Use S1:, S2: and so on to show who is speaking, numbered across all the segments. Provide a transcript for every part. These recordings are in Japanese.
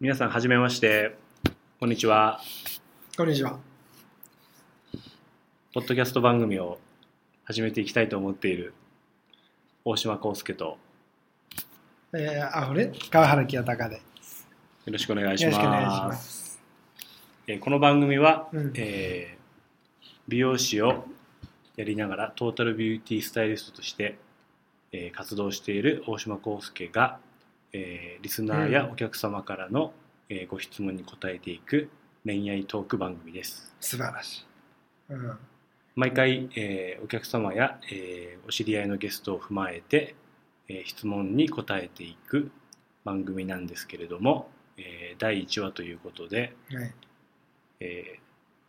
S1: 皆さん、はじめまして。こんにちは。
S2: こんにちは。
S1: ポッドキャスト番組を始めていきたいと思っている大島康介と、よ
S2: えー、あふれ川原清隆で。よ
S1: ろしくお願い
S2: ろ
S1: し
S2: しくお願いし
S1: ま。
S2: ますす。
S1: えーこの番組は、
S2: うん
S1: えー美容師をやりながらトータルビューティースタイリストとして、えー活動している大島康介が、えーリスナーやお客様からの、えーご質問に答えていく恋愛トーク番組です。
S2: 素晴らしい。うん。
S1: 毎回、えーお客様や、えーお知り合いのゲストを踏まえて、えー質問に答えていく番組なんですけれども、えー第1話ということで、
S2: はい。
S1: えー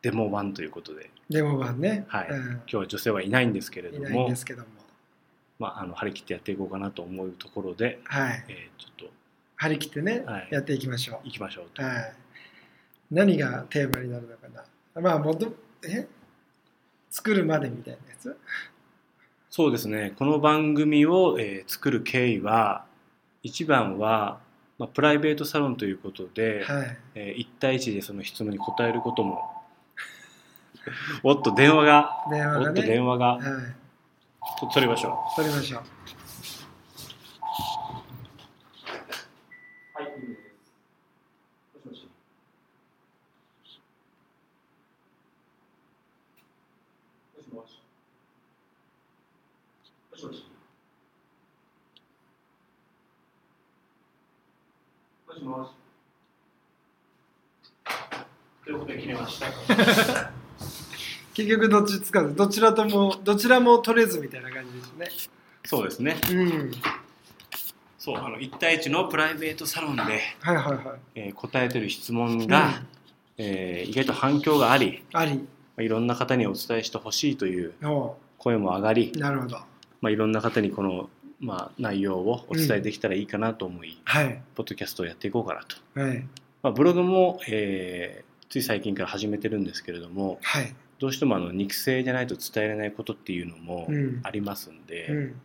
S1: デモ1ということで
S2: デモ版ね。
S1: はい
S2: うん
S1: 今日は女性はいないんですけれ
S2: い
S1: ど
S2: ないん
S1: も
S2: ですけども。
S1: まあ、あの張り切ってやっていこうかなと思うところで、
S2: はい。
S1: えーちょっ
S2: 張り切ってね、
S1: はい
S2: やっていきましょ
S1: と行きましょう
S2: う。
S1: と、
S2: はい。何がテーマになるのかな。まあ、もと、え作るまでみたいなやつ
S1: そうですねこの番組を、えー作る経緯は一番は、まあ、プライベートサロンということで、
S2: はい。
S1: えー一対一でその質問に答えることもおっと電話が、
S2: 電
S1: お
S2: 話が
S1: っと
S2: ね。
S1: 電話が
S2: はい。
S1: と取りましょう
S2: 取りましょう。
S1: はいいいですもしもしもしもしもしもしもしもしということで切れました
S2: 結局、どっちつかず、どちらとも、どちらも取れずみたいな感じです
S1: そうですね
S2: ね。うん。
S1: そうあの一対一のプライベートサロンで、
S2: はいはいはい。
S1: えー答えてる質問が、
S2: うん
S1: えー意外と反響があり
S2: あり。
S1: まあいろんな方にお伝えしてほしいという
S2: お
S1: 声も上がり
S2: う、なるほど。
S1: まあ、いろんな方にこの、まあ、内容をお伝えできたらいいかなと思い、
S2: はい。
S1: ポッドキャストをやっていこうかなと、
S2: はい。
S1: まあ、ブログも、えーつい最近から始めてるんですけれども
S2: はい。
S1: どうしてもあの肉声じゃないと伝えられないことっていうのも
S2: うん
S1: ありますんで、
S2: うん。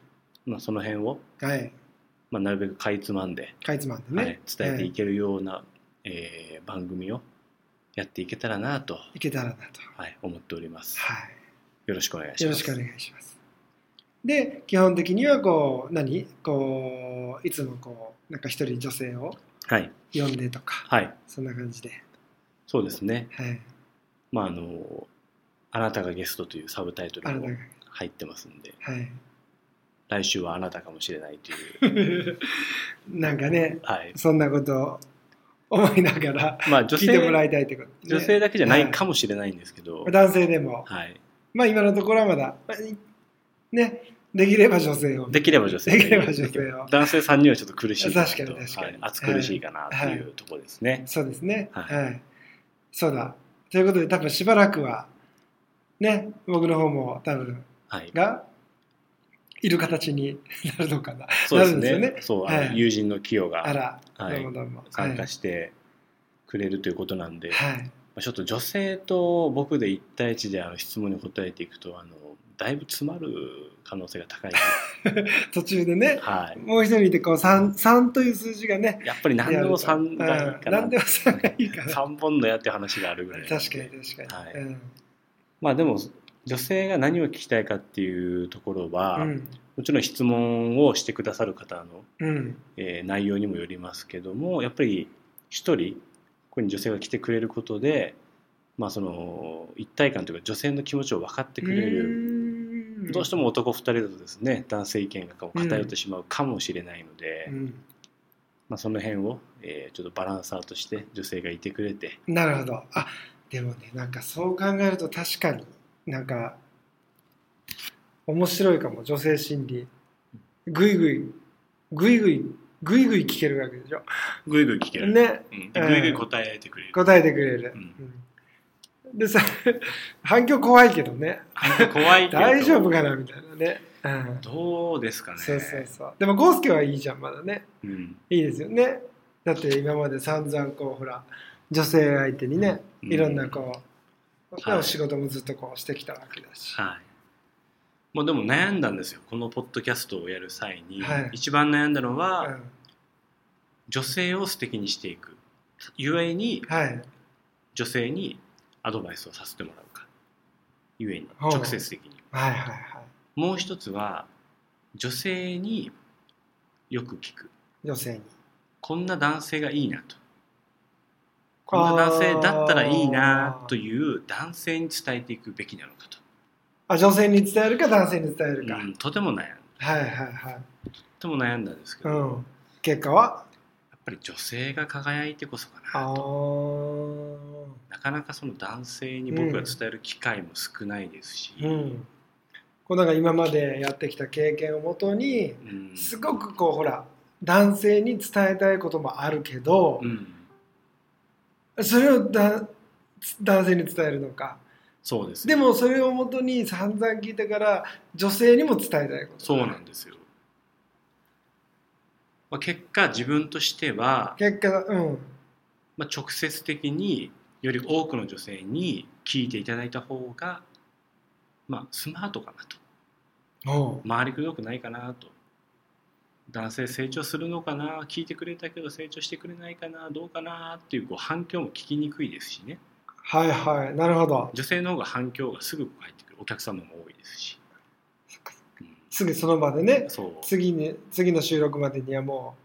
S1: まあ、その辺を、
S2: はい。
S1: まあ、なるべくかいつまんで、
S2: かいつまんで
S1: は
S2: ね。
S1: い伝えていけるような、えー番組をやっていけたらなと、
S2: いけたらなと。
S1: はい、思っております。
S2: は
S1: よろしくお願い
S2: い。
S1: しま
S2: よろ
S1: す。
S2: しくお願いします。で、基本的にはこう、何こう、いつもこう、なんか一人女性を
S1: はい。
S2: 呼んでとか、
S1: はい。
S2: そんな感じで。
S1: そうですね。
S2: はい。
S1: まあ、あの、あなたがゲストというサブタイト
S2: あ
S1: ル
S2: な
S1: も
S2: たが。
S1: 入ってますんで、
S2: はい。
S1: 来週はあなたかもしれないという。
S2: なんかね、
S1: はい。
S2: そんなことを思いながら
S1: まあ、女
S2: 聞いてもら
S1: 性、
S2: いたいってこと、ね。
S1: 女性だけじゃないかもしれないんですけど、
S2: 男性でも。
S1: はい。
S2: まあ今のところはまだ、まあいね、できれば女性を。
S1: できれば女性
S2: できれば女性を
S1: 男性さんにはちょっと苦しいなと
S2: 確かに確かに
S1: はい暑苦しいかなっていうところですね。
S2: そうですね。
S1: は
S2: はい。そうだ。ということで、多分しばらくは、ね、僕の方も多分
S1: はい。
S2: が、いる形になるのかな。
S1: そうです
S2: なるん
S1: ね
S2: で。
S1: そう、あの
S2: はい
S1: 友人の清
S2: あ
S1: が
S2: ら、
S1: はい
S2: どうもどうも。
S1: 参加
S2: し
S1: してくれるということなんで、
S2: はい。
S1: まあちょっと女性と僕で一対一であの質問に答えていくとあのだいぶ詰まる可能性が高い、
S2: 途中で ね、
S1: は
S2: もう一人いて、こう、3、三という数字がね、
S1: い、やっぱり何でも3がいいかな、
S2: うん何でも3がいいかな。
S1: 3本の矢っていう話があるぐらいなんで
S2: 確かに確かに。
S1: はい
S2: うん
S1: まあでも女性が何を聞きたいかっていうところは、
S2: うん。
S1: もちろん質問をしてくださる方の、
S2: うん。
S1: えー内容にもよりますけどもやっぱり一人ここに女性が来てくれることで、まあ、その一体感というか女性の気持ちを分かってくれる。
S2: る
S1: どうして
S2: も、
S1: も男2人だとですね男性意見がこう偏ってしまうかもしれないので、
S2: うん
S1: まあ、その辺を、えーちょっとバランサーとして女性がいてくれて
S2: なるほど。あでもね、なんかそう考えると確かになんか面白いかも、女性心理。ぐいぐい、ぐいぐい、ぐいぐい聞けるわけでしょ。
S1: ぐいぐい聞ける、
S2: ね、
S1: うん
S2: うん
S1: ぐいぐい答えてくれる、
S2: 答えてくれる。
S1: うん
S2: うんでさ、 反響怖いけどね、
S1: 怖いけど
S2: 大丈夫かなみたいなね。うん、
S1: どうですかね
S2: そうそうそう。でも、ゴースケはいいじゃん、まだね。
S1: うん
S2: いいですよね。だって今まで散々こう、ほら、女性相手にね、
S1: うん
S2: いろんなこう、
S1: はい
S2: お仕事もずっとこうしてきたわけだし。
S1: はいもうでも悩んだんですよこのポッドキャストをやる際に、
S2: はい
S1: 一番悩んだのは、
S2: うん
S1: 女性を素敵にしていくゆえに
S2: はい。
S1: 女性にアドバイスをさせてもらうかゆえに
S2: ほう
S1: 直接的に
S2: はいはいはい。
S1: もう一つは女性によく聞く
S2: 女性に。
S1: こんな男性がいいなとこんな男性だったらいいなと
S2: う。
S1: いう男性に伝えていくべきなのかと、
S2: あ、女性に伝えるか男性に伝えるか。
S1: うん、とても悩ん
S2: はいはいはい。
S1: とても悩んだんですけ
S2: う
S1: ど、やっ
S2: ん。結果は
S1: ぱり女性が輝いてこそか
S2: あ
S1: なと
S2: ー
S1: なかなかその男性に僕が伝える機会も少ないですし、
S2: うん。こうなんか今までやってきた経験をもとに、
S1: うん
S2: すごくこうほら、男性に伝えたいこともあるけど、
S1: うん
S2: それをだ男性に伝えるのか。
S1: そうです
S2: でもそれをもとに散々聞いたから女性にも伝えたいこと
S1: そうなんですよ、まあ、結果自分としては、
S2: 結果うん
S1: まあ、直接的により多くの女性に聞いていただいた方が、まあ、スマートかなと回りくどくないかなと男性成長するのかな聞いてくれたけど成長してくれないかなどうかなっていうこう反響も聞きにくいですしね
S2: はいはいなるほど
S1: 女性の方が反響がすぐ入ってくるお客様も多いですし、
S2: すぐその場で
S1: う
S2: ね
S1: んそう
S2: 次に次の収録までにはも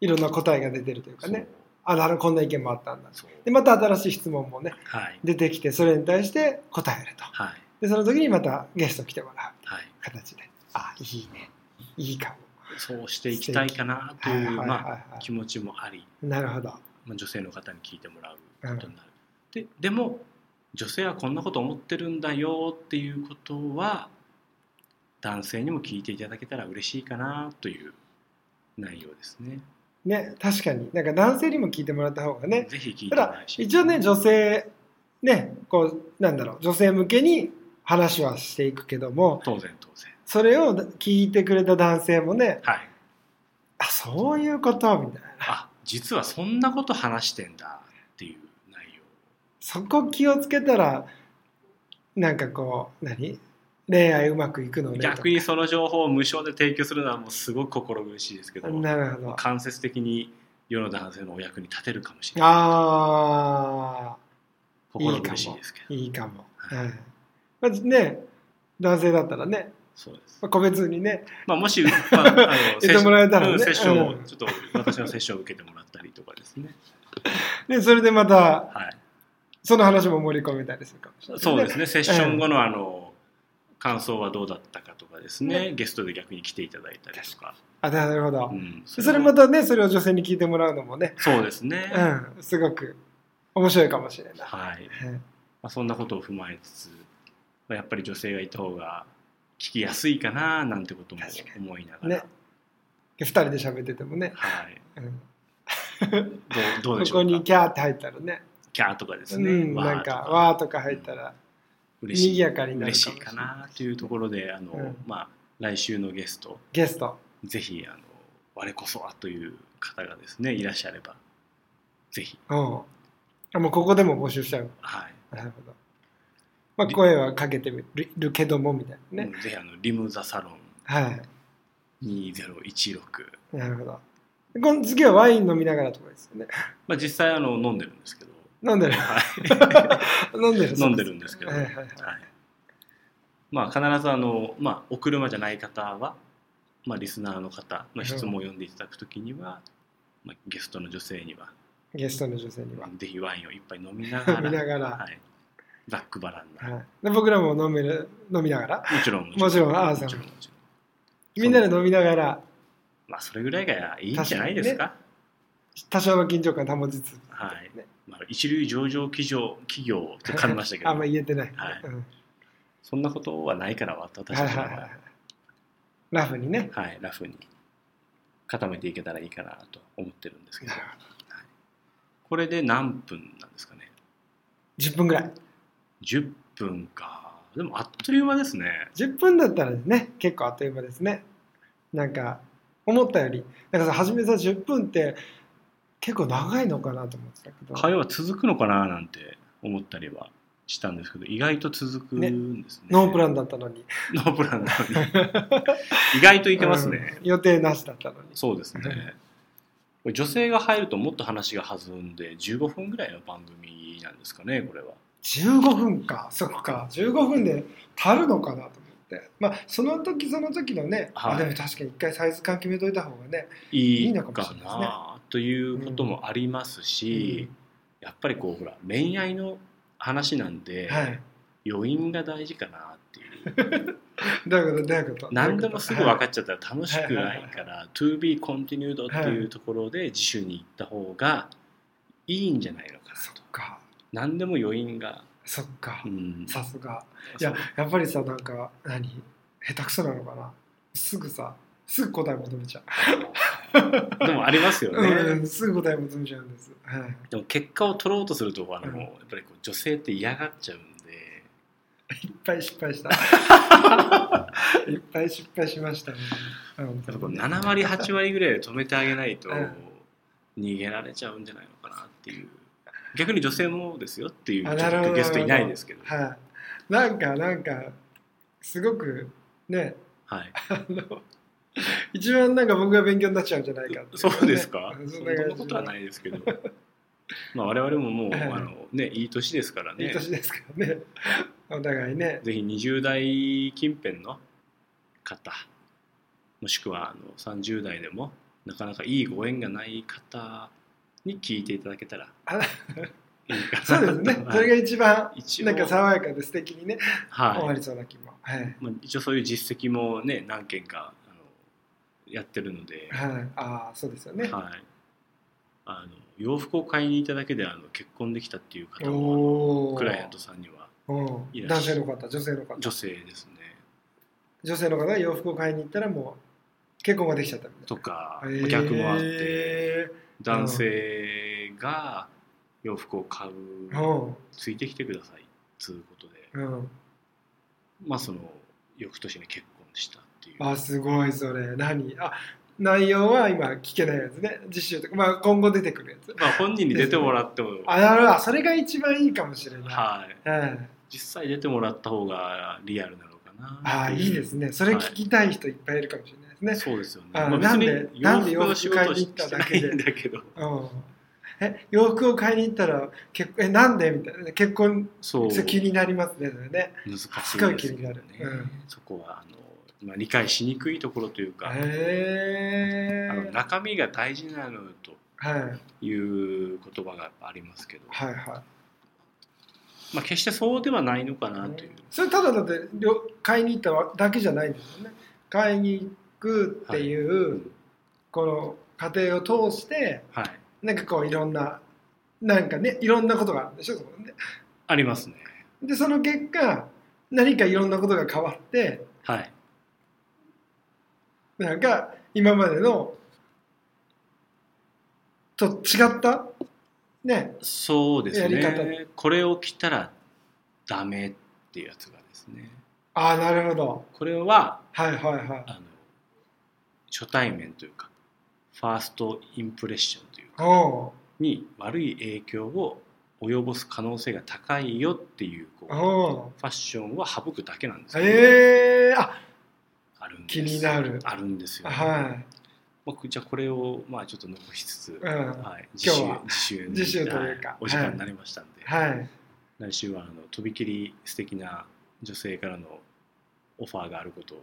S2: ういろんな答えが出てるというかねあなるこんな意見もあったんだ
S1: そう
S2: で
S1: そう
S2: また新しい質問もね
S1: はい
S2: 出てきてそれに対して答えると
S1: はい
S2: でその時にまたゲスト来てもらう
S1: はい
S2: 形であいいねいいかも
S1: そうしていきたいかなと
S2: はい
S1: い
S2: は
S1: う
S2: いはい
S1: まあ
S2: は
S1: 気持ちもあり、
S2: いなるほど
S1: まあ、女性の方に聞いてもらうことになる、ででも女性はこんなこと思ってるんだよっていうことは男性にも聞いていただけたら嬉しいかなという内容ですね。
S2: ね確かになんか男性にも聞いてもらった方がね
S1: ぜひ聞いて
S2: た
S1: も
S2: だ
S1: らいし
S2: 一応ね女性ねこうなんだろう女性向けに話はしていくけども
S1: 当然当然
S2: それを聞いてくれた男性もね
S1: はい
S2: あそういうことみたいな
S1: あ実はそんなこと話してんだっていう内容
S2: そこ気をつけたらなんかこう何恋愛うまくいくのねとか
S1: 逆にその情報を無償で提供するのはもうすごく心苦しいですけど
S2: なるほど
S1: 間接的に世の男性のお役に立てるかもしれない
S2: あ
S1: 心苦しいですけど
S2: ーいいかも、
S1: は
S2: うんまずね男性だったらね
S1: そうです、
S2: 個別にね
S1: まあ、もし、まあ、あ の
S2: 言ってもらえたらね
S1: うんセッションを
S2: うん
S1: ちょっと私のセッションを受けてもらったりとかですね
S2: でそれでまた
S1: はい
S2: その話も盛り込めたりするかもしれない、
S1: そうですねセッション後のあの感想はどうだったかとかですねゲストで逆に来ていただいたりとか、
S2: あなるほど、
S1: うん、
S2: それまたねそれを女性に聞いてもらうのもね、
S1: そうですね、
S2: うん、すごく面白いかもしれない、
S1: はい
S2: うん
S1: まあ、そんなことを踏まえつつ、まあ、やっぱり女性がいた方が聞きやすいかななんてことも
S2: 確か
S1: 思いながら、
S2: ね二人で喋っててもね、
S1: はい、
S2: う
S1: ど
S2: ん
S1: うどうで
S2: こ
S1: しょ
S2: こ
S1: うか
S2: にキャーって入ったらね
S1: キャーとかですね、
S2: うん、
S1: わー
S2: なんか
S1: と
S2: わーとか入ったら、
S1: 嬉しい
S2: 賑やかになるかもし
S1: 嬉し
S2: れない
S1: いかなというところであの、
S2: うん
S1: まあ、来週のゲスト
S2: ゲスト
S1: ぜひあの我こそはという方がですねいらっしゃればぜひ
S2: うんあもうここでも募集しちゃう
S1: はい、
S2: なるほど、まあ、声はかけてみるるけどもみたいなね、
S1: うんぜひあのリム・ザ・サロン
S2: はい
S1: 2016、
S2: なるほどでこの次はワイン飲みながらとかですよね
S1: まあ、実際あの飲んでるんですけど、
S2: 飲んでる
S1: はい
S2: 飲ん でる
S1: 飲んでるんですけど、
S2: はいはいはい
S1: はいまあ、必ずあの、まあ、お車じゃない方は、まあ、リスナーの方の質問を読んでいただくときには、まあ、ゲストの女性には
S2: ゲストの女性には
S1: ぜひワインを一杯飲みながら
S2: 見ながら
S1: はい、ザックバランな、
S2: はい、で僕らも飲める飲みながら
S1: もちろん
S2: もちろんああ
S1: も
S2: そう
S1: ちろんもちろん
S2: みんなで飲みながら
S1: まあ、それぐらいがいいんじゃないですか
S2: 多少の緊張感保ちつつ、
S1: はい
S2: ね
S1: まあ、一流上場企業企業と噛みましたけど
S2: あんま言えてない、
S1: はい
S2: うん
S1: そんなことはないから私たち
S2: はいはい
S1: は、
S2: はいラフにね
S1: はい、ラフに固めていけたらいいかなと思ってるんですけど
S2: なる
S1: これで何分なんですかね
S2: 10分ぐらい
S1: 10分かでもあっという間ですね
S2: 10分だったらね結構あっという間ですねなんか思ったよりなんかさ初めさ10分って結構長いのかなと思ってたけど
S1: 会話続くのかななんて思ったりはしたんですけど意外と続くんですね
S2: ノープラ
S1: ン
S2: ンだったのに
S1: ノープランなのに意外といけますね、
S2: うん予定なしだったのに
S1: そうですねこれ女性が入るともっと話が弾んで15分ぐらいの番組なんですかねこれは
S2: 15分かそっか15分で足るのかなと思ってまあその時その時のね、
S1: はい
S2: あでも確かに一回サイズ感決めといた方がね、
S1: い
S2: い
S1: い
S2: のかもし
S1: か
S2: れないですね
S1: なということもありますし、やっぱりこうほら恋愛の話なんで、
S2: はい
S1: 余韻が大事かなっていう
S2: どういうことどういうこと
S1: 何でもすぐ分か
S2: っ
S1: っちゃったら楽しくないから「To be continued」っていうところで自主に行った方がいいんじゃないのかな
S2: そっ
S1: と
S2: か
S1: 何でも余韻が、
S2: そっか、
S1: うん、
S2: さすがい
S1: そう
S2: ややっぱりさなんか何下手くそなのかなすぐさすぐ答え求めちゃ
S1: でもありますよ
S2: う、
S1: ね、
S2: うんすぐ答え求めちゃうんです、はい、
S1: でも結果を取ろうとするとあの、
S2: うん
S1: やっぱりこう女性って嫌がっちゃうんで
S2: いっぱい失敗した いっぱい失敗しましたねうん
S1: やっぱこう7割8割ぐらいで止めてあげないと
S2: うん
S1: 逃げられちゃうんじゃないのかなっていう逆に女性もですよっていう
S2: あ
S1: ちょ
S2: なる
S1: っ
S2: ほど
S1: とゲストいないですけど
S2: はい、なんかなんかすごくね
S1: はい
S2: あの一番なんか僕が勉強になっちゃうんじゃないかってい
S1: そうです か、
S2: ね
S1: そんなことはないです けど、まあ我々ももう、
S2: はい
S1: あのね、いい年ですから
S2: いい
S1: ね、
S2: 年ですからね お互いね
S1: ぜひ20代近辺の方、もしくはあの30代でも、なかなかいいご縁がない方に聞いていただけたら
S2: あ
S1: いいかな
S2: そうで すねそれが一番
S1: 一応
S2: なんか爽やかで素敵にね、終わ
S1: はい
S2: りそうな気もはい、
S1: まあ、一応そういう実績もね、何件かあのやってるの で、
S2: はい、ああそうですよね、
S1: はい、あの洋服を買いに行っただけであの結婚できたっていう方も。
S2: おお
S1: クライアントさんにはい
S2: うん
S1: らっしゃ
S2: 男性
S1: る
S2: の方女性の方
S1: 女性ですね
S2: 女性の方が洋服を買いに行ったらもう結婚ができちゃったみたい
S1: とか
S2: なへー
S1: 逆もあって男性が洋服を買う
S2: うん
S1: ついてきてくださいつうことで
S2: うん
S1: まあその翌年に結婚したっていう
S2: あすごいそれ何あ内容は今聞けないやつね実習とか、まあ、今後出てくるやつ
S1: まあ本人に出てもらっても、
S2: あなるほどそれが一番いいかもしれない、
S1: はい
S2: うん、
S1: 実際出てもらった方がリアルなのかな
S2: あいいです
S1: ね
S2: ねそれ聞きたい人いっぱいいるかもしれないですね、
S1: そうですよね
S2: あ
S1: まあ
S2: なんで
S1: 別に
S2: なんで洋
S1: 洋服の
S2: 服
S1: 仕
S2: 買
S1: 事
S2: いに
S1: し
S2: 行った
S1: て
S2: だ
S1: な
S2: け
S1: い
S2: で
S1: んだけど
S2: うん、え洋服を買いに行ったら結えなんでみたいなね結婚
S1: そう
S2: それ気になりますねそれね
S1: 難しいです
S2: す
S1: よ
S2: ごい
S1: ね
S2: 気になるうん
S1: そこはあの、まあ、理解しにくいところというか、
S2: へえ
S1: あの中身が大事なのと
S2: はいはい
S1: いう言葉がありますけど、
S2: はい
S1: まあ、決してそうではないのかなという、
S2: それただだってりょ買いに行っただけじゃないんですよね買いに行くっていう、
S1: うん
S2: この過程を通して
S1: はい、
S2: なんかこういろんななんかねいろんなことがあるんでしょそこね
S1: ありますね
S2: でその結果何かいろんなことが変わって
S1: はい
S2: なんか今までのと違ったね
S1: そうです
S2: やり
S1: ねこれを着たらダメっていうやつがですね
S2: ああなるほど
S1: これは
S2: はいはいはい
S1: あの初対面というかファーストインプレッションというか
S2: おう
S1: に悪い影響を及ぼす可能性が高いよっていうこう
S2: おう
S1: ファッションは省くだけなんですけど
S2: ええー、あ
S1: あるんです
S2: 気になる
S1: あるんですよ、
S2: はい
S1: まあ、じゃあこれをまあちょっと残しつつ、
S2: うん
S1: はい、
S2: 今日は
S1: 自習
S2: 自習というか
S1: はお時間になりましたんで、
S2: はい
S1: 来週はあのとびきり素敵な女性からのオファーがあることを、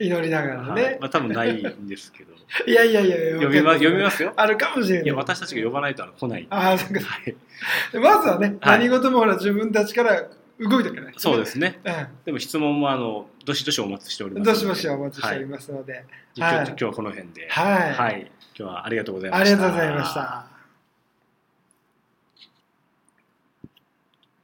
S2: 祈りながら
S1: はい
S2: ね、
S1: まあ、多分ないんですけど
S2: い、やいやいや
S1: 読みま
S2: わかんない
S1: 読みますよ
S2: あるかもしれない
S1: いや私たちが呼ばないとあの来ないんで
S2: ああそうか
S1: はい、
S2: でまずはね、
S1: はい
S2: 何事もほら自分たちから動いていかないとね
S1: そうですね
S2: う
S1: でも質問もあのどしどしお待ちしており
S2: ん
S1: ますの
S2: ど
S1: で
S2: しどしお待ちしており
S1: はい
S2: ますので、
S1: じゃあ今日
S2: はい
S1: 今日はこの辺で
S2: はい、
S1: はい、今日はありがとうございま
S2: あ
S1: した
S2: りがとうございました。